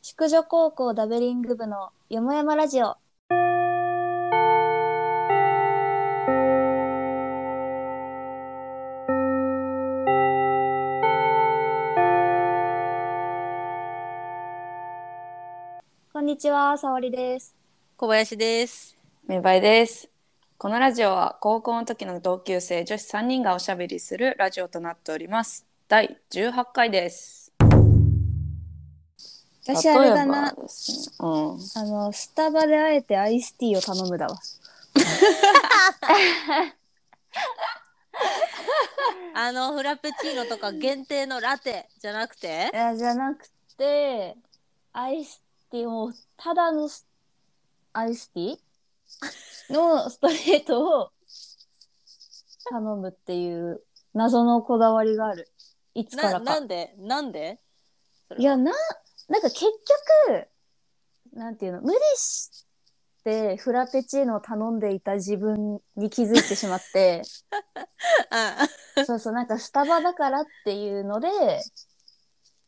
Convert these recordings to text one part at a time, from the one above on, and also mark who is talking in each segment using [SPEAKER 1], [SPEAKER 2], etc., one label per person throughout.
[SPEAKER 1] 菊女高校ダベリング部のよもやまラジオ。こんにちは、さおりです。
[SPEAKER 2] 小林です。
[SPEAKER 3] 芽生えです。このラジオは高校の時の同級生女子3人がおしゃべりするラジオとなっております。第18回です。
[SPEAKER 1] 私あれだ
[SPEAKER 3] 例え
[SPEAKER 1] な、
[SPEAKER 3] ばですねうん。
[SPEAKER 1] あの、スタバであえてアイスティーを頼むだわ。
[SPEAKER 2] あのフラペチーノとか限定のラテじゃなくて
[SPEAKER 1] い、やじゃなくてアイスティーをただのスアイスティ ーのストレートを頼むっていう謎のこだわりがあるいつか
[SPEAKER 2] な
[SPEAKER 1] ら
[SPEAKER 2] な
[SPEAKER 1] か
[SPEAKER 2] んでなんで
[SPEAKER 1] いやななんか結局なんていうの無理してフラペチーノを頼んでいた自分に気づいてしまって
[SPEAKER 2] あ
[SPEAKER 1] そうそうなんかスタバだからっていうので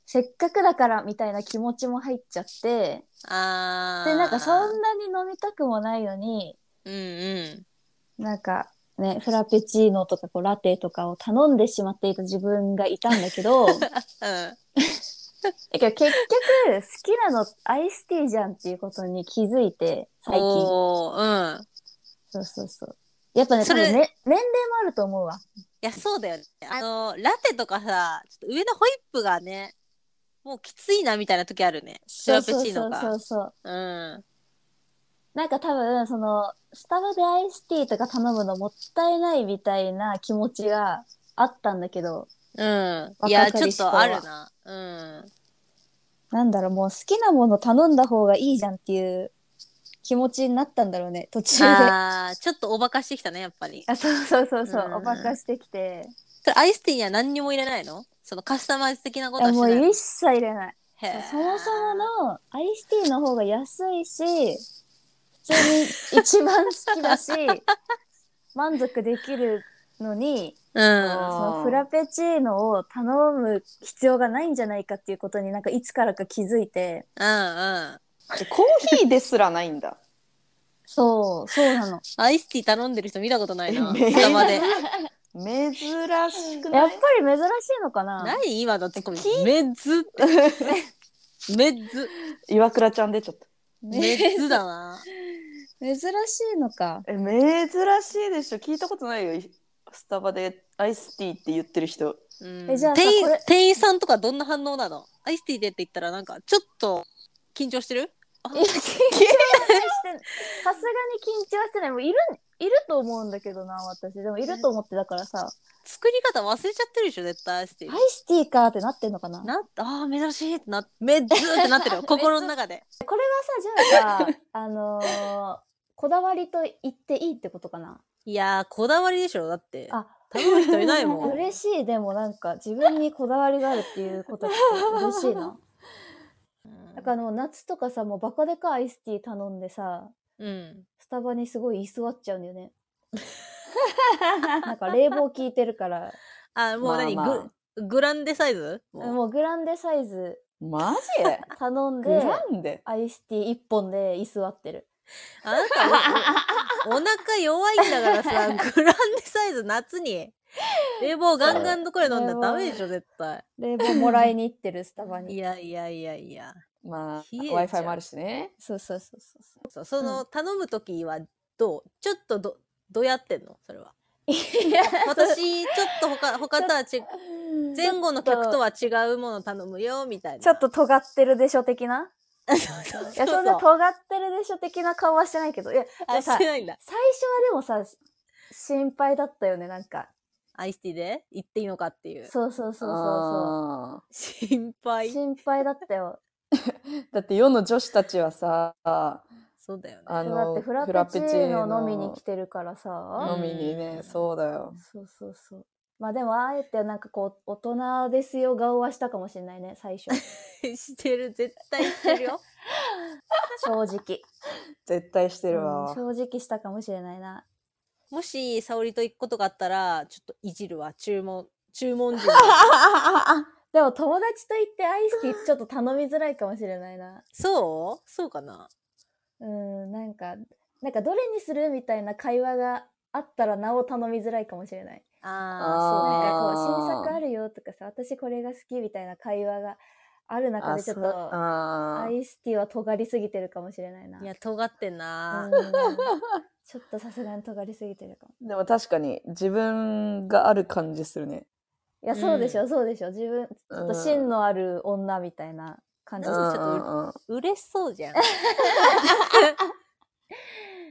[SPEAKER 1] せっかくだからみたいな気持ちも入っちゃって
[SPEAKER 2] あー
[SPEAKER 1] でなんかそんなに飲みたくもないのに
[SPEAKER 2] うんうん
[SPEAKER 1] なんかねフラペチーノとかこうラテとかを頼んでしまっていた自分がいたんだけ どだ
[SPEAKER 2] うん
[SPEAKER 1] けど結局好きなのアイスティーじゃんっていうことに気づいて最近
[SPEAKER 2] おーうん
[SPEAKER 1] そうそうそうやっぱね
[SPEAKER 2] そ
[SPEAKER 1] 多
[SPEAKER 2] れ
[SPEAKER 1] 分ね年齢もあると思うわ
[SPEAKER 2] いやそうだよねあのラテとかさちょっと上のホイップがねもうきついなみたいな時あるねフ
[SPEAKER 1] そ
[SPEAKER 2] ラ
[SPEAKER 1] う
[SPEAKER 2] ペ
[SPEAKER 1] そう
[SPEAKER 2] チー
[SPEAKER 1] そ
[SPEAKER 2] ノ
[SPEAKER 1] う
[SPEAKER 2] が
[SPEAKER 1] そうそう
[SPEAKER 2] うん
[SPEAKER 1] なんか多分そのスタバでアイスティーとか頼むのもったいないみたいな気持ちがあったんだけど
[SPEAKER 2] うん
[SPEAKER 1] 若
[SPEAKER 2] い
[SPEAKER 1] か
[SPEAKER 2] やちょ
[SPEAKER 1] り
[SPEAKER 2] っ
[SPEAKER 1] し頃
[SPEAKER 2] と
[SPEAKER 1] は
[SPEAKER 2] あるなうん
[SPEAKER 1] なんだろう、もう好きなもの頼んだ方がいいじゃんっていう気持ちになったんだろうね、途中で。あ
[SPEAKER 2] あーちょっとおバカしてきたねやっぱり
[SPEAKER 1] そうそうそうそう、
[SPEAKER 2] うん
[SPEAKER 1] おバカしてきて。
[SPEAKER 2] それアイスティーには何にも入れないのそのカスタマイズ的なこと
[SPEAKER 1] あ
[SPEAKER 2] はし
[SPEAKER 1] もう
[SPEAKER 2] てないの
[SPEAKER 1] 一切入れない。
[SPEAKER 2] へー
[SPEAKER 1] そもそものアイスティーの方が安いし、普通に一番好きだ し、満足できるのに、
[SPEAKER 2] う
[SPEAKER 3] あ
[SPEAKER 2] ん
[SPEAKER 3] ー
[SPEAKER 1] そのフラペチーノを頼む必要がないんじゃないかっていうことになんかいつからか気づいて、
[SPEAKER 2] うんうん
[SPEAKER 3] でコーヒーですらないんだ。
[SPEAKER 1] そう、そうなの。
[SPEAKER 2] アイスティー頼んでる人見たことないな
[SPEAKER 3] ね
[SPEAKER 2] 生で
[SPEAKER 3] 珍しく
[SPEAKER 1] や
[SPEAKER 3] な
[SPEAKER 1] っぱ
[SPEAKER 3] い
[SPEAKER 1] り珍しいのかな
[SPEAKER 2] 何今のツッコミメッズ メッズ
[SPEAKER 3] 岩倉ちゃん出ちゃった。
[SPEAKER 2] メッズだな
[SPEAKER 1] 珍しいのか。
[SPEAKER 3] え珍しいでしょ聞いたことないよいスタバでアイスティーって言ってる人。
[SPEAKER 2] うん
[SPEAKER 1] えじゃあさ
[SPEAKER 2] 店員
[SPEAKER 1] これ
[SPEAKER 2] 店員さんとかどんな反応なのアイスティーでって言ったらなんかちょっと緊張してる
[SPEAKER 1] い や緊張はしてないさすがに緊張はしてないもういるいると思うんだけどな私でもいると思ってだからさ
[SPEAKER 2] 作り方忘れちゃってるでしょ絶対アイスティ
[SPEAKER 1] ア
[SPEAKER 2] ー
[SPEAKER 1] イスティーかってなってんのかな
[SPEAKER 2] なあー珍しいってなメッズって なってるよ心の中で
[SPEAKER 1] これはさじゃあさあのーこだわりと言っていいってことかない
[SPEAKER 2] やーこだわりでしょだって
[SPEAKER 1] あ
[SPEAKER 2] 頼む人いな いもん
[SPEAKER 1] 嬉しいでもなんか自分にこだわりがあるっていうことって嬉しいなだからもう夏とかさもうバカでかいアイスティー頼んでさ
[SPEAKER 2] うん
[SPEAKER 1] スタバにすごい居座っちゃうんだよ ねなんか冷房効いてるから
[SPEAKER 2] あもう何、
[SPEAKER 3] まあまあ
[SPEAKER 2] ググランデサイズもう
[SPEAKER 1] もうグランデサイズ
[SPEAKER 3] マ
[SPEAKER 1] 頼ん
[SPEAKER 3] ジ？
[SPEAKER 1] で
[SPEAKER 3] グランデ。
[SPEAKER 1] アイスティー一本で居座ってる。
[SPEAKER 2] あなたおお腹弱いん だからさグランデサイズ夏に冷房ガンガンどこで飲んだらダメでしょ絶対
[SPEAKER 1] 冷房もらいに行ってるスタバ
[SPEAKER 2] い
[SPEAKER 1] に。
[SPEAKER 2] やいやいやいや
[SPEAKER 3] まあ
[SPEAKER 2] 冷えちゃう
[SPEAKER 3] Wi-Fi もあるしね。
[SPEAKER 1] そうそうそうそうそう。
[SPEAKER 2] そうその、頼む時はどうちょっとどどうやってんのそれはい
[SPEAKER 1] や
[SPEAKER 2] 私ちょっと 他他とは違う前後の客とは違うもの頼むよみたいな
[SPEAKER 1] ちょっと尖ってるでしょ的な。
[SPEAKER 2] そうそう
[SPEAKER 1] いやそんな尖ってるでしょ的な顔はしてないけど、いや
[SPEAKER 2] あ
[SPEAKER 1] さ
[SPEAKER 2] してないんだ
[SPEAKER 1] 最初はでもさ心配だったよねなんか。
[SPEAKER 2] アイスティーで行っていいのかっていう
[SPEAKER 1] そうそうそうそうそ
[SPEAKER 3] あ
[SPEAKER 2] 心
[SPEAKER 1] う。
[SPEAKER 2] 配
[SPEAKER 1] 心配だったよ。
[SPEAKER 3] ーだって世の女子たちはさあ
[SPEAKER 2] そうだよね
[SPEAKER 1] だっ
[SPEAKER 3] の
[SPEAKER 1] てフラペチーノ飲みに来てるからさ。
[SPEAKER 3] 飲みに
[SPEAKER 2] う
[SPEAKER 3] ね
[SPEAKER 2] ん
[SPEAKER 3] そうだよ
[SPEAKER 1] そうそうそう。まあでもあえてなんかこう大人ですよ顔はしたかもしれないね最初
[SPEAKER 2] してる絶対してるよ
[SPEAKER 1] 正直。
[SPEAKER 3] 絶対してる
[SPEAKER 1] うん
[SPEAKER 3] わ、
[SPEAKER 1] 正直したかもしれないな。
[SPEAKER 2] もし沙織と行くことがあったらちょっといじるわ注文注文時に
[SPEAKER 1] でも友達と行ってアイスティーちょっと頼みづらいかもしれないな。
[SPEAKER 2] そうそうかな
[SPEAKER 1] うん、なんか、なんかどれにするみたいな会話があったらなお頼みづらいかもしれない。そう
[SPEAKER 2] ああ
[SPEAKER 3] あー
[SPEAKER 1] なんかこう新作あるよとかさ私これが好きみたいな会話がある中でちょっと
[SPEAKER 3] あ
[SPEAKER 1] アイスティーは尖りすぎてるかもしれないな。
[SPEAKER 2] そうねいや尖ってん
[SPEAKER 1] う
[SPEAKER 2] な ん
[SPEAKER 1] ちょっとさすがに尖りすぎてるかも。
[SPEAKER 3] でも確かに自分がある感じするね。
[SPEAKER 1] いや
[SPEAKER 2] うん
[SPEAKER 1] そうでしょ、そうでしょ自分ちょっと芯のある女みたいな感じ
[SPEAKER 2] う
[SPEAKER 1] で
[SPEAKER 2] ん
[SPEAKER 1] す
[SPEAKER 2] なん
[SPEAKER 1] よ
[SPEAKER 2] かちょっと
[SPEAKER 3] うんうん
[SPEAKER 2] 嬉しそ うじゃん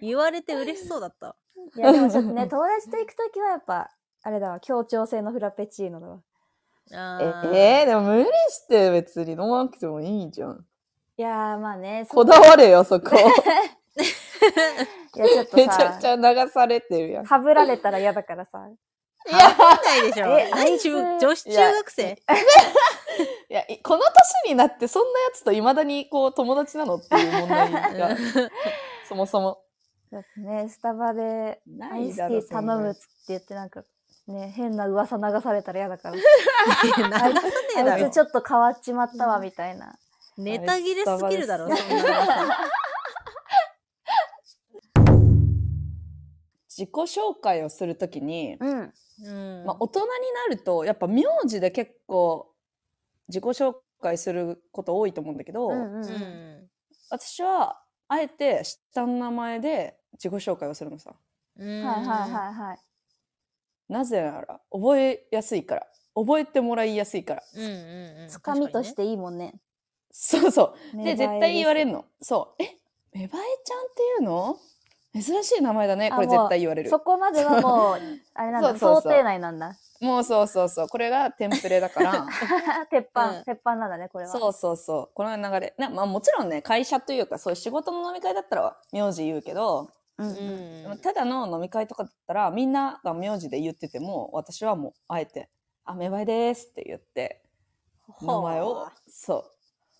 [SPEAKER 2] 言われて嬉しそうだった
[SPEAKER 1] いやでもちょっと ね友達と行くときはやっぱあれだわ協調性のフラペチーノだわ。
[SPEAKER 2] あー
[SPEAKER 3] ええーでも無理して別に飲まなくてもいいじゃん。
[SPEAKER 1] いやーまあね そ
[SPEAKER 3] こ
[SPEAKER 1] う
[SPEAKER 3] だわれよ、そこ。
[SPEAKER 1] いやちょっと
[SPEAKER 3] めちゃ
[SPEAKER 1] さ
[SPEAKER 3] くちゃ流されてるやん。
[SPEAKER 1] はぶられたら嫌だからさ。
[SPEAKER 2] いや、わかんないでしょ。
[SPEAKER 1] えあ
[SPEAKER 2] 何
[SPEAKER 1] いつ
[SPEAKER 2] 中女子中学生
[SPEAKER 3] いや、いこの年になってそんなやつといまだにこう友達なのっていう問題 が、そもそも。
[SPEAKER 1] だってねスタバでアイスティー頼むっつって言ってなんかね変な噂流された ら嫌だから
[SPEAKER 2] 流さねえだ
[SPEAKER 1] あい
[SPEAKER 2] ろ
[SPEAKER 1] つち。ょっと変わっちまったわみたいな、
[SPEAKER 2] ネタ切れすぎるだろ、
[SPEAKER 3] あい
[SPEAKER 2] そんな
[SPEAKER 3] 自己紹介をするときに、
[SPEAKER 1] うん、
[SPEAKER 2] の。うん。
[SPEAKER 3] まあ、大人になるとやっぱ名字で結構自己紹介すること多いと思うんだけど、
[SPEAKER 1] うんうん
[SPEAKER 2] う
[SPEAKER 1] うん
[SPEAKER 2] ん。
[SPEAKER 3] 私はあえて下の名前で自己紹介をするのさ。
[SPEAKER 2] うん
[SPEAKER 1] はいはいはいはい
[SPEAKER 3] なぜなら覚えやすいから覚えてもらいやすいから。
[SPEAKER 2] い。うんうんうん。
[SPEAKER 1] つかみとしていいもんね
[SPEAKER 3] そうそう。で、
[SPEAKER 1] ね
[SPEAKER 3] 絶対言われ
[SPEAKER 1] る
[SPEAKER 3] るの。そう。え、芽生えちゃんっていうの珍しい名前だね。
[SPEAKER 1] あ
[SPEAKER 3] これ
[SPEAKER 1] もう
[SPEAKER 3] 絶対言われる。
[SPEAKER 1] そこまではもうあれなんだ
[SPEAKER 3] そうそうそう
[SPEAKER 1] 想定内なん だ
[SPEAKER 3] もうそうそうそう。これがテンプレだから。
[SPEAKER 1] 鉄板、
[SPEAKER 2] うん
[SPEAKER 1] 鉄板なんだねこれは
[SPEAKER 3] そうそうそう。この流れ。なまあもちろんね、会社というか、そういう仕事の飲み会だったら名字言うけど、
[SPEAKER 1] うんう
[SPEAKER 2] うんんうん。
[SPEAKER 3] ただの飲み会とかだったら、みんなが名字で言ってても、私はもうあえて、あ、芽生えですって言って、名前を、そ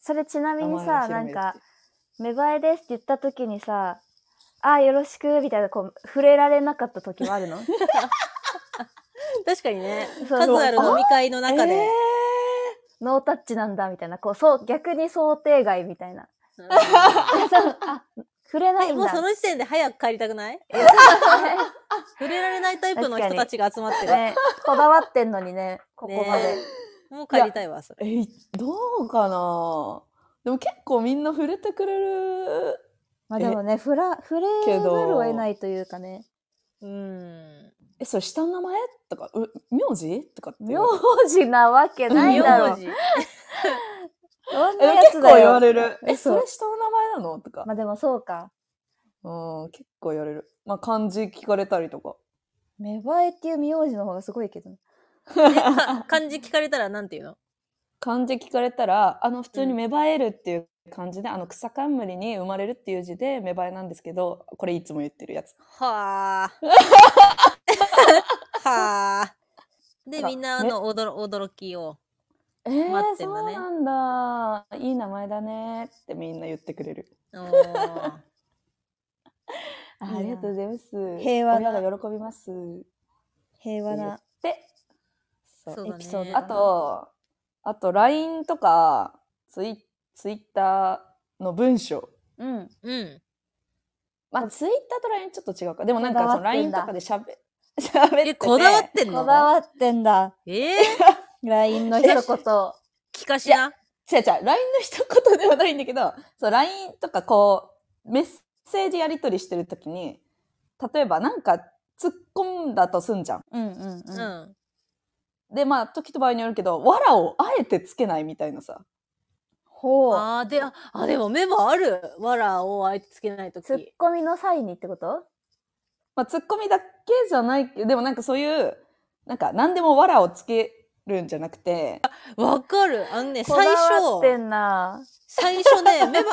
[SPEAKER 1] それちな
[SPEAKER 3] う。
[SPEAKER 1] み
[SPEAKER 3] 名
[SPEAKER 1] に
[SPEAKER 3] 前を
[SPEAKER 1] さ
[SPEAKER 3] 広め
[SPEAKER 1] な
[SPEAKER 3] る
[SPEAKER 1] ん
[SPEAKER 3] って
[SPEAKER 1] か「芽生えです」って言った時にさ「あーよろしく」みたいなこう触れられなかった時 はあるの
[SPEAKER 2] 確かにね。
[SPEAKER 1] そう
[SPEAKER 2] 数ある飲み会の中
[SPEAKER 3] え
[SPEAKER 2] で。
[SPEAKER 1] ノータッチなんだみたいな、こう、そう、逆に想定外みたいな。
[SPEAKER 2] うん
[SPEAKER 1] あ、触れない
[SPEAKER 2] え
[SPEAKER 1] ん
[SPEAKER 2] もうそ
[SPEAKER 1] だ。
[SPEAKER 2] の時点で早く帰りたくない触れられないタイプの人たちが集まってる。
[SPEAKER 1] ね、こだわってんのにね、ここまで。
[SPEAKER 2] ねもう帰りたいわ、それ。
[SPEAKER 3] えー、いどうかなでも結構みんな触れてくれる
[SPEAKER 1] まあでもね、ふら、触れざ
[SPEAKER 3] け
[SPEAKER 1] る
[SPEAKER 3] ど
[SPEAKER 1] を得ないというかね。
[SPEAKER 2] うん。
[SPEAKER 3] え、それ下の名前とか、う、名字とかって言
[SPEAKER 1] 名
[SPEAKER 3] われる。
[SPEAKER 1] 字なわけないだろ
[SPEAKER 2] 名
[SPEAKER 1] う。
[SPEAKER 2] 字
[SPEAKER 1] どん
[SPEAKER 3] え
[SPEAKER 1] な
[SPEAKER 3] でも
[SPEAKER 1] や
[SPEAKER 3] 結
[SPEAKER 1] つ
[SPEAKER 3] 構
[SPEAKER 1] だ
[SPEAKER 3] 言わ
[SPEAKER 1] よ。
[SPEAKER 3] れる。え、
[SPEAKER 1] 嘘
[SPEAKER 3] それ下の名前なのとか
[SPEAKER 1] ま。あでもそうか。
[SPEAKER 3] うん、結構言われる。まあ、漢字聞かれたりとか。
[SPEAKER 1] 芽生えっていう名字の方がすごいけど。
[SPEAKER 2] え か漢字聞かれたらなんて言うの
[SPEAKER 3] 漢字聞かれたら、あの、普通に
[SPEAKER 2] うん
[SPEAKER 3] 芽生えるっていう漢字で、あの、草冠に生まれるっていう字で芽生えなんですけど、これいつも言ってるやつ。
[SPEAKER 2] は あ。はあ。で、みんなあの驚驚きを。
[SPEAKER 3] えー
[SPEAKER 2] 待ってん
[SPEAKER 3] そ
[SPEAKER 2] だ
[SPEAKER 3] う
[SPEAKER 2] ね
[SPEAKER 3] なんだ。いい名前だねってみんな言ってくれる。
[SPEAKER 2] おー
[SPEAKER 1] いいな
[SPEAKER 3] ありがとうございます。
[SPEAKER 1] 平和な
[SPEAKER 3] 親が喜びます。
[SPEAKER 1] 平和な。
[SPEAKER 3] で、そう
[SPEAKER 2] そうだね
[SPEAKER 1] エピソード
[SPEAKER 3] あと、あと LINE とかツイ、ツイッターの文章。
[SPEAKER 1] うん。
[SPEAKER 2] うん。
[SPEAKER 3] まあ、ツイッターと LINE ちょっと違うか。でもなんか
[SPEAKER 1] こだ
[SPEAKER 3] そ
[SPEAKER 1] わ
[SPEAKER 3] の
[SPEAKER 1] ってん
[SPEAKER 3] LINE
[SPEAKER 1] だ
[SPEAKER 3] とかでしゃべ、 しゃべってて
[SPEAKER 2] え、こだわってん
[SPEAKER 1] こだ
[SPEAKER 2] の
[SPEAKER 1] わってんだ。
[SPEAKER 2] えー
[SPEAKER 1] LINE の一言。
[SPEAKER 2] 聞かしな。
[SPEAKER 3] 違う違う、LINE の一言ではないんだけど、そう、LINE とかこう、メッセージやり取りしてるときに、例えばなんか突っ込んだとすんじゃん。
[SPEAKER 1] うんうん
[SPEAKER 2] う
[SPEAKER 1] うん。
[SPEAKER 2] ん。
[SPEAKER 3] で、まあ、時と場合によるけど、わらをあえてつけないみたいなさ。
[SPEAKER 1] ほう。
[SPEAKER 2] あーで、あ、あでもメモある。わらをあえてつけないとき。
[SPEAKER 1] ツッコミの際にってこと
[SPEAKER 3] まあ、ツッコミだけじゃないけど、でもなんかそういう、なんか何でも藁をつけるんじゃなくて、
[SPEAKER 2] わかる。あのね、
[SPEAKER 1] こ
[SPEAKER 2] 最
[SPEAKER 1] だわって
[SPEAKER 2] 初、
[SPEAKER 1] んな。
[SPEAKER 2] 最初ね、メモ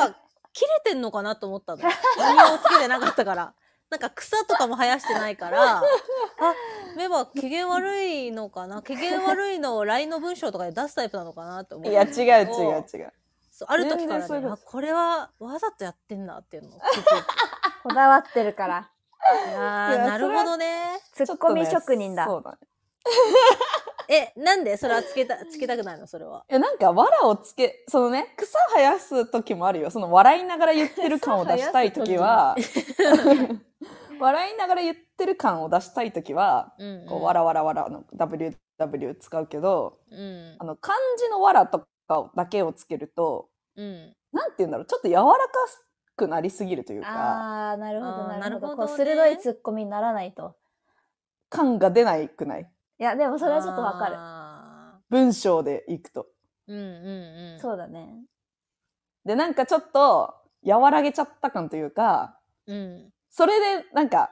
[SPEAKER 2] 切れてんのかなと思ったの。何をつけてなかったから。なんか草とかも生やしてないから、あ、メモ機嫌悪いのかな機嫌悪いのを LINE の文章とかで出すタイプなのかなと思っ
[SPEAKER 3] い
[SPEAKER 2] て。
[SPEAKER 3] や、違う違う違う。
[SPEAKER 2] そうある時か
[SPEAKER 3] 全
[SPEAKER 2] ら
[SPEAKER 3] 然そうい
[SPEAKER 2] ね
[SPEAKER 3] うこ、と
[SPEAKER 2] あこれはわざとやってんなっていうのを気づいて。
[SPEAKER 1] こだわってるから。
[SPEAKER 2] あ
[SPEAKER 3] い
[SPEAKER 2] ー
[SPEAKER 3] や
[SPEAKER 2] なるほどね。
[SPEAKER 1] ツッコミ職人だ。
[SPEAKER 3] ちょっとねそうだね。
[SPEAKER 2] え、なんでそれはつけた、つけたくないのそれは。
[SPEAKER 3] え、なんか、藁をつけ、そのね、草生やす時もあるよ。その、笑いながら言ってる感を出したい時は、笑いながら言ってる感を出したい時は、
[SPEAKER 2] うん、うん。
[SPEAKER 3] こう、わらわらわらの WW 使うけど、
[SPEAKER 2] うん
[SPEAKER 3] あ。の、漢字のわらとかだけをつけると、
[SPEAKER 2] うん。
[SPEAKER 3] なんて言うんだろう、ちょっと柔らかくなりすぎるというか、
[SPEAKER 1] ああ、なるほど、
[SPEAKER 2] あー
[SPEAKER 1] なるほど。こ
[SPEAKER 2] なるほ
[SPEAKER 1] う、
[SPEAKER 2] どね
[SPEAKER 1] 鋭いツッコミにならないと。
[SPEAKER 3] 感が出ないくない
[SPEAKER 1] いや、でもそれはちょっとわかる。
[SPEAKER 2] る。
[SPEAKER 3] 文章でいくと。
[SPEAKER 2] うんうんうん。う。
[SPEAKER 1] そうだね。
[SPEAKER 3] で、なんかちょっと、和らげちゃった感というか、
[SPEAKER 2] うん。
[SPEAKER 3] それで、なんか、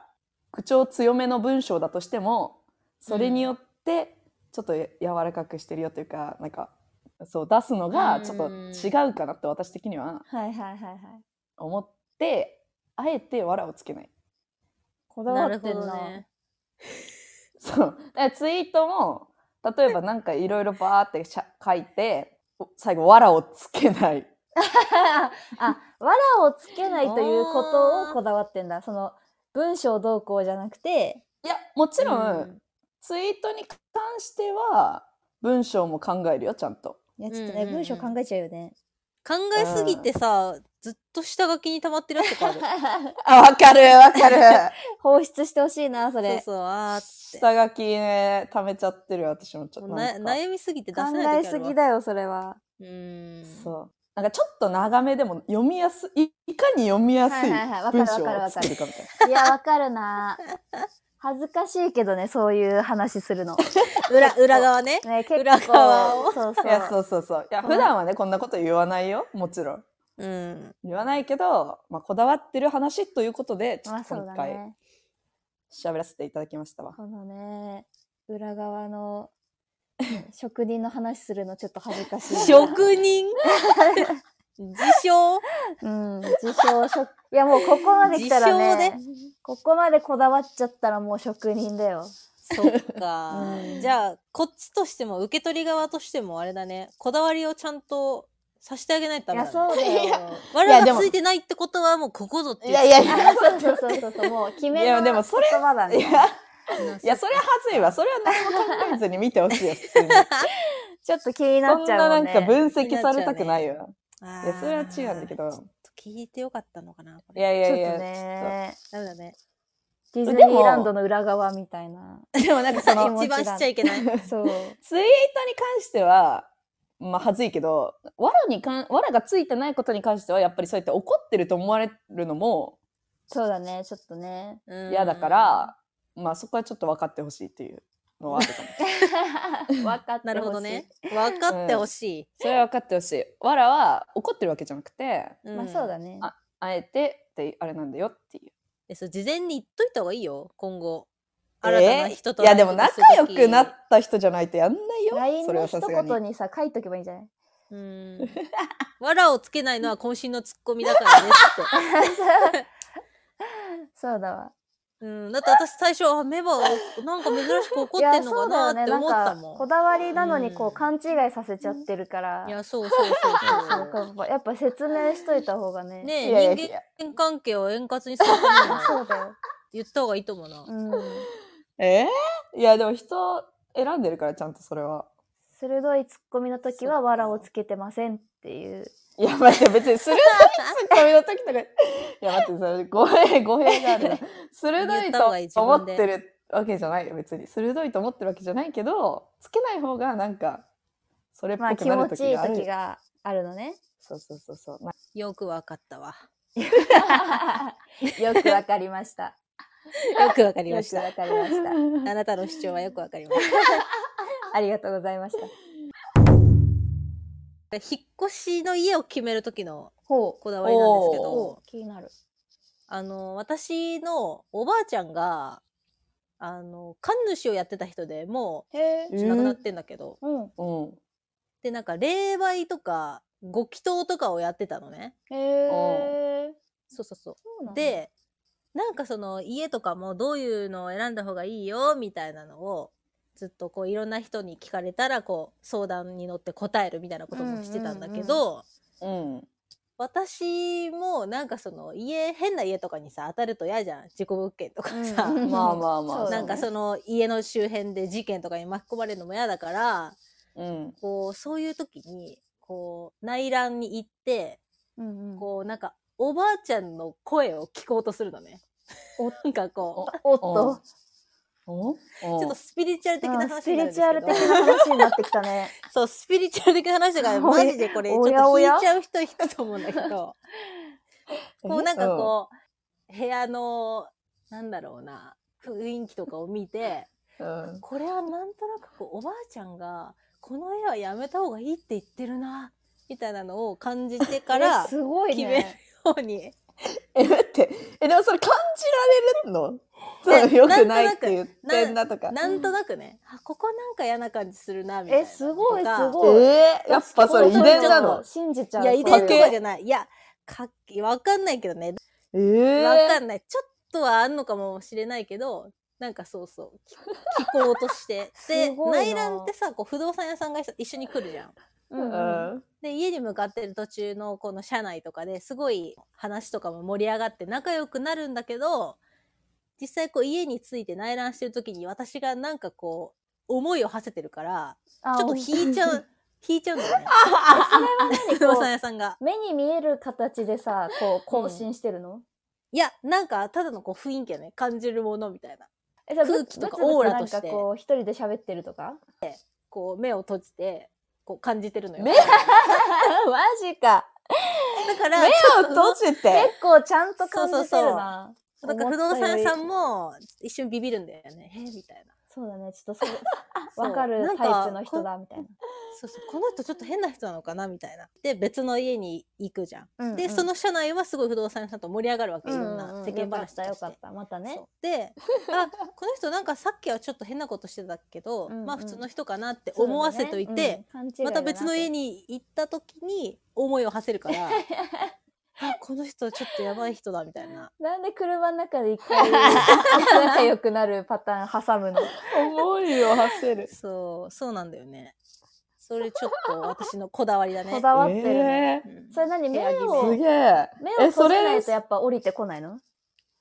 [SPEAKER 3] 口調強めの文章だとしても、それによって、ちょっとや柔らかくしてるよというか、なんか、そう、出すのが、ちょっと違うかなって私的には
[SPEAKER 1] はいはいはいはい。
[SPEAKER 3] 思って、あえて藁をつけない。
[SPEAKER 1] こだ
[SPEAKER 2] な
[SPEAKER 1] わ
[SPEAKER 2] る
[SPEAKER 1] って
[SPEAKER 2] ほ
[SPEAKER 1] ん
[SPEAKER 2] ど
[SPEAKER 1] な。
[SPEAKER 2] ね。
[SPEAKER 3] そう。だからツイートも、例えばなんかいろいろバーってしゃ書いて、お最後、藁をつけない。
[SPEAKER 1] あ、わらをつけないということをこだわってんだ。その、文章どうこうじゃなくて、
[SPEAKER 3] いや、もちろん、
[SPEAKER 2] うん
[SPEAKER 3] ツイートに関しては、文章も考えるよ、ちゃんと。
[SPEAKER 1] いや、ちょっと
[SPEAKER 2] うんう
[SPEAKER 1] ね、
[SPEAKER 2] んうん
[SPEAKER 1] 文章考えちゃうよね。
[SPEAKER 2] 考えすぎてさ、ずっと下書きに溜まってるやつとかあ る。
[SPEAKER 3] あ、わかる、わかる。
[SPEAKER 1] 放出してほしいな、そ
[SPEAKER 2] そう
[SPEAKER 1] れ。
[SPEAKER 2] そう、あーって。
[SPEAKER 3] 下書きね、溜めちゃってる、私もちょっと
[SPEAKER 2] もう
[SPEAKER 3] なん
[SPEAKER 2] な
[SPEAKER 3] か。
[SPEAKER 2] 悩みすぎて出
[SPEAKER 1] 考
[SPEAKER 2] せない
[SPEAKER 1] え
[SPEAKER 2] 時あ
[SPEAKER 1] す
[SPEAKER 2] るわ
[SPEAKER 1] ぎだよ、それは。
[SPEAKER 2] うーん。
[SPEAKER 3] そう。なんかちょっと長めでも読みやすい、いかに読みやすい
[SPEAKER 1] はいはいはいわかる
[SPEAKER 3] 文
[SPEAKER 1] わか
[SPEAKER 3] 章
[SPEAKER 1] る
[SPEAKER 3] を
[SPEAKER 1] わかる
[SPEAKER 3] 作るかみたい
[SPEAKER 1] いや、わかるな。恥ずかしいけどね、そういう話するの。
[SPEAKER 2] 裏、裏側ね。
[SPEAKER 1] ね、結
[SPEAKER 2] 裏側を
[SPEAKER 1] 構、そうそう。
[SPEAKER 3] な。いや、そうそうそう。いや、普段はね、こんなこと言わないよ、もちろん。
[SPEAKER 2] うん。
[SPEAKER 3] 言わないけど、まあ、こだわってる話ということで、ちょ
[SPEAKER 1] まあ
[SPEAKER 3] っと
[SPEAKER 1] そう
[SPEAKER 3] 今
[SPEAKER 1] だ
[SPEAKER 3] 回
[SPEAKER 1] ね。
[SPEAKER 3] 喋らせていただきましたわ。
[SPEAKER 1] このね、裏側の職人の話するのちょっと恥ずかしいな。
[SPEAKER 2] 職 人自称
[SPEAKER 1] うん、自称職。いやもうここまで来たらね、ここまでこだわっちゃったらもう職人だよ。
[SPEAKER 2] そっか
[SPEAKER 1] う。ん
[SPEAKER 2] じゃあ、こっちとしても、受け取り側としても、あれだね。こだわりをちゃんとさせてあげないとダ
[SPEAKER 1] い
[SPEAKER 2] メだ、
[SPEAKER 1] やそ
[SPEAKER 2] ね。
[SPEAKER 1] うだ
[SPEAKER 3] い
[SPEAKER 1] よ。
[SPEAKER 2] 我
[SPEAKER 3] いやで
[SPEAKER 2] 々
[SPEAKER 3] も
[SPEAKER 2] がついてないってことは、もうここぞっていう。
[SPEAKER 3] いやいや
[SPEAKER 1] あそうそうそうそう、もう決め
[SPEAKER 3] いや
[SPEAKER 1] の
[SPEAKER 3] で
[SPEAKER 1] 言
[SPEAKER 3] もそれ
[SPEAKER 1] 葉だ
[SPEAKER 3] い
[SPEAKER 1] ね。
[SPEAKER 3] や、
[SPEAKER 2] うん
[SPEAKER 3] いや、それははずいわ。それは何も考えずに見てほし いよ、普通に。
[SPEAKER 1] ちょっと気にな
[SPEAKER 3] そ
[SPEAKER 1] っ
[SPEAKER 3] ん
[SPEAKER 1] ちゃ
[SPEAKER 3] なな
[SPEAKER 1] うも
[SPEAKER 3] ん
[SPEAKER 1] んね。
[SPEAKER 3] か分析されたくないよ。
[SPEAKER 2] あ
[SPEAKER 3] い
[SPEAKER 2] ー
[SPEAKER 3] や、それは違うんだけ
[SPEAKER 2] ちょ
[SPEAKER 3] ど
[SPEAKER 2] っ。と聞いてよかったのかな。こ
[SPEAKER 3] い
[SPEAKER 2] れ
[SPEAKER 3] や
[SPEAKER 1] ち
[SPEAKER 3] い
[SPEAKER 1] ょ
[SPEAKER 3] や
[SPEAKER 1] っ
[SPEAKER 3] いや、
[SPEAKER 1] とね、
[SPEAKER 2] ダメだね。
[SPEAKER 1] ディズニーランドの裏側みたいな。
[SPEAKER 3] ちょっとでもなんかその、
[SPEAKER 1] の
[SPEAKER 2] 一番しちゃいけない。
[SPEAKER 1] そう。
[SPEAKER 3] ツイートに関しては、まあ、はずいけど、わらにかん、わらがついてないことに関しては、やっぱりそうやって怒ってると思われるのも
[SPEAKER 1] そうだね、ちょっと ね。
[SPEAKER 2] う ん
[SPEAKER 3] 嫌だか。ら、まあ、そこはちょっと分かってほしいっていうのはあるかも。
[SPEAKER 1] わかってほしい
[SPEAKER 2] なるほどね。。分かってほしい。
[SPEAKER 3] それは分かってほしい。わらは怒ってるわけじゃなくて、
[SPEAKER 1] まあそうだね。
[SPEAKER 3] ああえてって、あれなんだよっていう。
[SPEAKER 2] えそう事前に言っといた方がいいよ今後
[SPEAKER 3] え
[SPEAKER 2] 新たな人と
[SPEAKER 3] いや、でも
[SPEAKER 2] 会う時
[SPEAKER 3] 仲良くなった人じゃないとやんないよ。
[SPEAKER 1] LINE
[SPEAKER 3] それ
[SPEAKER 1] の
[SPEAKER 3] はさ
[SPEAKER 1] 一
[SPEAKER 3] すがに。
[SPEAKER 1] 言にさ、書いとけばいいんじ ゃない
[SPEAKER 2] うんわらをつけないのは渾身のツッコミだからね っ
[SPEAKER 1] そうだわ。
[SPEAKER 2] て、うん、だって私最初あメバなんか珍しく怒ってんのかなって思った
[SPEAKER 1] なんか
[SPEAKER 2] も
[SPEAKER 1] こ
[SPEAKER 2] ん
[SPEAKER 1] だわりなのにこう、
[SPEAKER 2] うん
[SPEAKER 1] 勘違いさせちゃってるから
[SPEAKER 2] いやそうそうそうそ
[SPEAKER 1] そうやっぱ説明しといた方がね
[SPEAKER 2] うねえ
[SPEAKER 3] いやいやい
[SPEAKER 2] 人
[SPEAKER 3] や
[SPEAKER 2] 間関係を円滑にするために
[SPEAKER 1] あ
[SPEAKER 2] は
[SPEAKER 1] そうだよ、
[SPEAKER 2] 言った方がいいと思うな、
[SPEAKER 1] うん、
[SPEAKER 3] えーいや、でも人選んでるから、ちゃんとそれは。
[SPEAKER 1] 鋭いツッコミの時
[SPEAKER 2] そっ
[SPEAKER 1] は
[SPEAKER 2] か
[SPEAKER 1] 藁をつけてませんって いう
[SPEAKER 3] いや、待って、別に鋭い ツッコミの時とか、いや、待って、それ、語弊、語弊があるな。鋭
[SPEAKER 2] 言っ
[SPEAKER 3] い
[SPEAKER 2] た方がいい
[SPEAKER 3] と思っ
[SPEAKER 2] 自
[SPEAKER 3] てるわけじゃないよ、別に。鋭いと思ってるわけじゃないけど、つけない方が、なんか、それっ
[SPEAKER 1] ま
[SPEAKER 3] ぽ
[SPEAKER 1] あ
[SPEAKER 3] く
[SPEAKER 1] 気
[SPEAKER 3] なる
[SPEAKER 1] 持ちいい
[SPEAKER 3] 時がある。
[SPEAKER 1] 時があるの ね
[SPEAKER 3] そうそうそうそう。な
[SPEAKER 2] よくわかったわ
[SPEAKER 1] よくわかりました
[SPEAKER 2] よくわかりま
[SPEAKER 1] よ
[SPEAKER 2] し
[SPEAKER 1] く
[SPEAKER 2] た
[SPEAKER 1] わかりました
[SPEAKER 2] あなたの主張はよくわかりました
[SPEAKER 1] ありがとうございました
[SPEAKER 2] 引っ越しの家を決める時の
[SPEAKER 1] ほう
[SPEAKER 2] こだわりなんですけ
[SPEAKER 3] お
[SPEAKER 2] ど
[SPEAKER 1] ほう気になる
[SPEAKER 2] あの、私のおばあちゃんが、あの、神主をやってた人でも
[SPEAKER 1] へえ
[SPEAKER 2] う、亡くなってんだけど、
[SPEAKER 1] うん
[SPEAKER 3] うん。
[SPEAKER 2] で、なんか、霊媒とか、ご祈祷とかをやってたのね。
[SPEAKER 1] へえ
[SPEAKER 2] そうそうそう。
[SPEAKER 1] そうなんだ
[SPEAKER 2] で、なんかその、家とかもどういうのを選んだ方がいいよ、みたいなのを、ずっとこう、いろんな人に聞かれたら、こう、相談に乗って答えるみたいなこともしてたんだけど、
[SPEAKER 3] うん。
[SPEAKER 2] 私もなんかその家変な家とかにさ当たると嫌じゃん事故物件とかさ、
[SPEAKER 1] うん
[SPEAKER 3] まあまあまあ
[SPEAKER 1] そう
[SPEAKER 2] な
[SPEAKER 1] だね
[SPEAKER 2] んかその家の周辺で事件とかに巻き込まれるのも嫌だから
[SPEAKER 3] うん
[SPEAKER 2] こうそういう時にこう内覧に行って
[SPEAKER 1] うんうん
[SPEAKER 2] こうなんかおばあちゃんの声を聞こうとするのね。なんかこう
[SPEAKER 1] おっ
[SPEAKER 3] お
[SPEAKER 1] と
[SPEAKER 3] うお
[SPEAKER 2] ちょっとスピリチュアル的な
[SPEAKER 1] うんス
[SPEAKER 2] 話
[SPEAKER 1] ピ
[SPEAKER 2] になる
[SPEAKER 1] リ
[SPEAKER 2] んです
[SPEAKER 1] チ
[SPEAKER 2] け
[SPEAKER 1] ュア
[SPEAKER 2] ど
[SPEAKER 1] ル的な話になってきたね。
[SPEAKER 2] そう、スピリチュアル的な話が、
[SPEAKER 1] お
[SPEAKER 2] マ
[SPEAKER 1] い
[SPEAKER 2] ジでこれ、ちょっ
[SPEAKER 1] お
[SPEAKER 2] と
[SPEAKER 1] やお
[SPEAKER 2] 引い
[SPEAKER 1] や
[SPEAKER 2] ちゃう人引くと思うんだけど、こうなんかこう、部屋の、なんだろうな、雰囲気とかを見て、
[SPEAKER 3] うん、うん
[SPEAKER 2] これはなんとなくこう、おばあちゃんが、この絵はやめた方がいいって言ってるな、みたいなのを感じて から、
[SPEAKER 1] え
[SPEAKER 2] 決
[SPEAKER 1] すごい
[SPEAKER 2] める
[SPEAKER 1] ね。
[SPEAKER 2] ように。
[SPEAKER 3] え待ってえでもそれ感じられるのそうよくないって言ってんなとか
[SPEAKER 2] なんとなくね、あ、ここなんか嫌な感じするな、みたいな。
[SPEAKER 1] え、すごいす
[SPEAKER 2] い。
[SPEAKER 1] ごい。
[SPEAKER 3] えー、やっぱそれ遺伝なの
[SPEAKER 1] 信じちゃう。
[SPEAKER 2] いや、遺
[SPEAKER 1] そ
[SPEAKER 2] 伝
[SPEAKER 1] れ
[SPEAKER 2] とかじゃない。いや、かっけ、わかんないけどね。
[SPEAKER 3] えー、
[SPEAKER 2] わかんない。ちょっとはあんのかもしれないけど、なんかそうそう、聞聞こうと して。で、
[SPEAKER 1] すごい
[SPEAKER 2] 内
[SPEAKER 1] な
[SPEAKER 2] 覧ってさ、こう不動産屋さんが一緒に来るじゃん。
[SPEAKER 1] うんうん
[SPEAKER 3] うん
[SPEAKER 2] で、家に向かってる途中のこの車内とかですごい話とかも盛り上がって仲良くなるんだけど、実際こう家に着いて内覧してる時に私がなんかこう、思いを馳せてるから、
[SPEAKER 1] あ
[SPEAKER 2] ちょっと引いちゃ う、引いちゃうんだよね。不 動産屋さんが。
[SPEAKER 1] 目に見える形でさ、こう、更新してるの、
[SPEAKER 2] いや、なんかただのこう雰囲気やね。感じるものみたいな。
[SPEAKER 1] えじゃあ
[SPEAKER 2] 空気とか
[SPEAKER 1] ぶつぶつぶつ
[SPEAKER 2] オーラとして
[SPEAKER 1] なんかこう、一人で喋ってると か
[SPEAKER 2] こう目を閉じて、こう感じてるのよ。
[SPEAKER 3] 目
[SPEAKER 2] だ
[SPEAKER 1] マジか。
[SPEAKER 2] から、
[SPEAKER 3] 目
[SPEAKER 2] ちょっ
[SPEAKER 3] を
[SPEAKER 2] と
[SPEAKER 3] 閉じて
[SPEAKER 1] 結構ちゃんと感じてるな。
[SPEAKER 2] なんか不動産屋さん
[SPEAKER 1] も。
[SPEAKER 2] も一瞬ビビるんだよね。えみたいな。
[SPEAKER 1] そうだね、ちょっとそ
[SPEAKER 2] そう
[SPEAKER 1] わかる
[SPEAKER 2] なん
[SPEAKER 1] タイプの人だ、みたいな。
[SPEAKER 2] そうそう。この人ちょっと変な人なのかなみたいな。で、別の家に行くじゃん。
[SPEAKER 1] うんうん
[SPEAKER 2] で、そ、の社内はすごい不動産屋さんと盛り上がるわけ。い
[SPEAKER 1] うんう
[SPEAKER 2] ろ
[SPEAKER 1] ん
[SPEAKER 2] んな世間話として。
[SPEAKER 1] よかった、よかった。またね
[SPEAKER 2] そ。うで、あ、この人なんかさっきはちょっと変なことしてたけど、
[SPEAKER 1] うんうん
[SPEAKER 2] まあ普通の人かなって思わせといて、また別の家
[SPEAKER 1] に。
[SPEAKER 2] に行った時に思いを馳せ るから、あ、この人ちょっとやばい人だみたいな。
[SPEAKER 1] なんで車の中で一回 仲良くなるパターン挟 むの
[SPEAKER 3] 思いを馳せる
[SPEAKER 2] そう、そうなんだよね。それちょっと私のこだわりだね。
[SPEAKER 1] こだわってるね。
[SPEAKER 3] え
[SPEAKER 2] うん
[SPEAKER 1] それ何目
[SPEAKER 3] ー
[SPEAKER 1] を
[SPEAKER 3] す、げえ
[SPEAKER 1] 目
[SPEAKER 3] え
[SPEAKER 1] を閉
[SPEAKER 3] そ
[SPEAKER 1] じ
[SPEAKER 3] れ
[SPEAKER 1] ないとやっぱ降りてこないの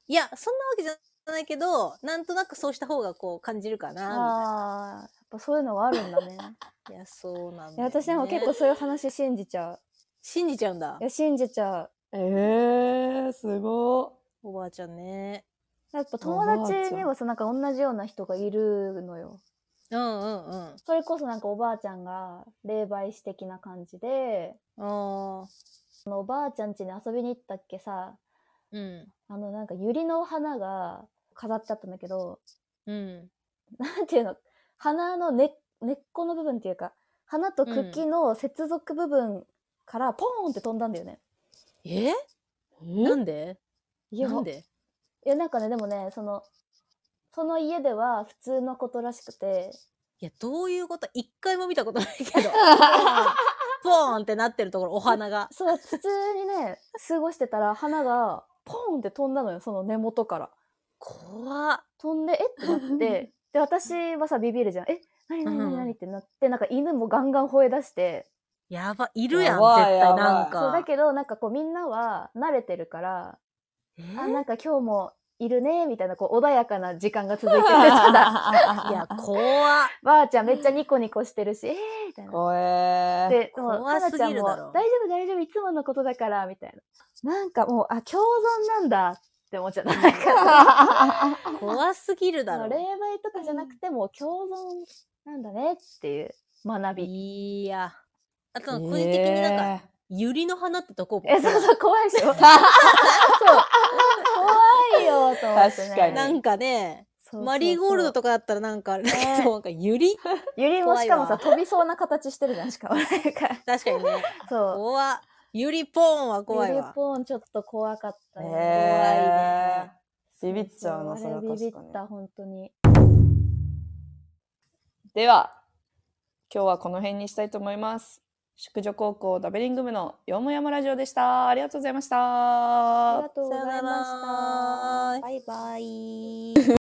[SPEAKER 2] いや、そんなわけじゃないけど、なんとなくそうした方がこう感じるかな、
[SPEAKER 1] ああー、やっぱそういうのがあるんだ ね。
[SPEAKER 2] みたいな。いや、そうなん
[SPEAKER 1] い
[SPEAKER 2] だ
[SPEAKER 1] や
[SPEAKER 2] よね、
[SPEAKER 1] 私でも結構そういう話信じちゃう。
[SPEAKER 2] 信じちゃうんだ
[SPEAKER 1] い。や、信じちゃ
[SPEAKER 3] えー、すご
[SPEAKER 2] おばあちゃんね。
[SPEAKER 1] う。やっぱ友達にもさ、なんか同じような人がいるのよ。
[SPEAKER 2] うんうんうん。
[SPEAKER 1] それこそなんかおばあちゃんが霊媒師的な感じで、
[SPEAKER 2] ああ。
[SPEAKER 1] そのおばあちゃん家に遊びに行ったっけさ、
[SPEAKER 2] うん。
[SPEAKER 1] あのなんか百合の花が飾っちゃったんだけど、
[SPEAKER 2] うん。
[SPEAKER 1] なんていうの、花の根根っこの部分っていうか、花と茎の接続部分からポーンって飛んだんだよね。
[SPEAKER 2] え
[SPEAKER 3] い
[SPEAKER 2] なんで
[SPEAKER 1] いや、
[SPEAKER 2] なんで
[SPEAKER 1] いやなんかね、でもね、その、その家では普通のことらしくて、
[SPEAKER 2] いや、どういうこと一回も見たことないけ ど。ポーンってなってるところ、お花が。
[SPEAKER 1] そう、普通にね、過ごしてたら花がポーンって飛んだのよ、その根元から。
[SPEAKER 2] 怖っ。
[SPEAKER 1] 飛んで、えってなって、で、私はさ、ビビるじゃん。え、なになになになにってなって、なんか犬もガンガン吠え出して、
[SPEAKER 2] やば、いるや
[SPEAKER 3] や
[SPEAKER 2] ん、絶
[SPEAKER 3] ばい
[SPEAKER 2] 対
[SPEAKER 3] やばい
[SPEAKER 2] なんか。
[SPEAKER 1] そうだけど、なんかこうみんなは慣れてるから、
[SPEAKER 2] え
[SPEAKER 1] あ、なんか今日もいるね、みたいな、こう穏やかな時間が続いてる。た だ、
[SPEAKER 2] いや、怖っ。
[SPEAKER 1] ばあちゃんめっちゃニコニコしてるし、えー、みたいな。
[SPEAKER 3] 怖えー
[SPEAKER 1] で、もう、
[SPEAKER 2] 怖
[SPEAKER 1] かな
[SPEAKER 2] すぎ
[SPEAKER 1] ちゃん
[SPEAKER 2] る
[SPEAKER 1] も、
[SPEAKER 2] だ
[SPEAKER 1] 大
[SPEAKER 2] ろ
[SPEAKER 1] 丈夫大丈夫、いつものことだから、みたいな。なんかもう、あ、共存なんだって思っちゃった。なんか、
[SPEAKER 2] 怖す ぎるだ
[SPEAKER 1] もう霊
[SPEAKER 2] ろ。
[SPEAKER 1] 媒とかじゃなくても、共存なんだねっていう学び。
[SPEAKER 2] いや。あと、個人的になんか、百合の花ってとこも
[SPEAKER 1] え、そうそう、怖い でしょそう。怖いよ、と思って、ね。
[SPEAKER 3] 確かに
[SPEAKER 2] なんかね、
[SPEAKER 1] そうそうそう
[SPEAKER 2] マリーゴールドとかだったらなんかあれだけ
[SPEAKER 1] ね
[SPEAKER 2] ど、なんか百合
[SPEAKER 1] ゆりもしかもさ、
[SPEAKER 2] 怖
[SPEAKER 1] 飛びそうな形してるじゃん、しか も。なんか
[SPEAKER 2] 確かにね。
[SPEAKER 1] そう。
[SPEAKER 2] 怖っ。百合ポーンは怖い
[SPEAKER 1] ゆり
[SPEAKER 2] わ。
[SPEAKER 1] ぽんちょっと怖かったよ
[SPEAKER 3] えー、ビビっちゃうな、
[SPEAKER 1] そ
[SPEAKER 3] それ
[SPEAKER 1] うあ
[SPEAKER 3] は
[SPEAKER 1] れビビっ
[SPEAKER 3] 確かに。
[SPEAKER 1] た、本当に。
[SPEAKER 3] では今日はこの辺にしたいと思います宿女高校ダベリング部のよもやまラジオでしたありがとうございました
[SPEAKER 1] ありがとうございました。
[SPEAKER 2] さよなら
[SPEAKER 1] バイバイ。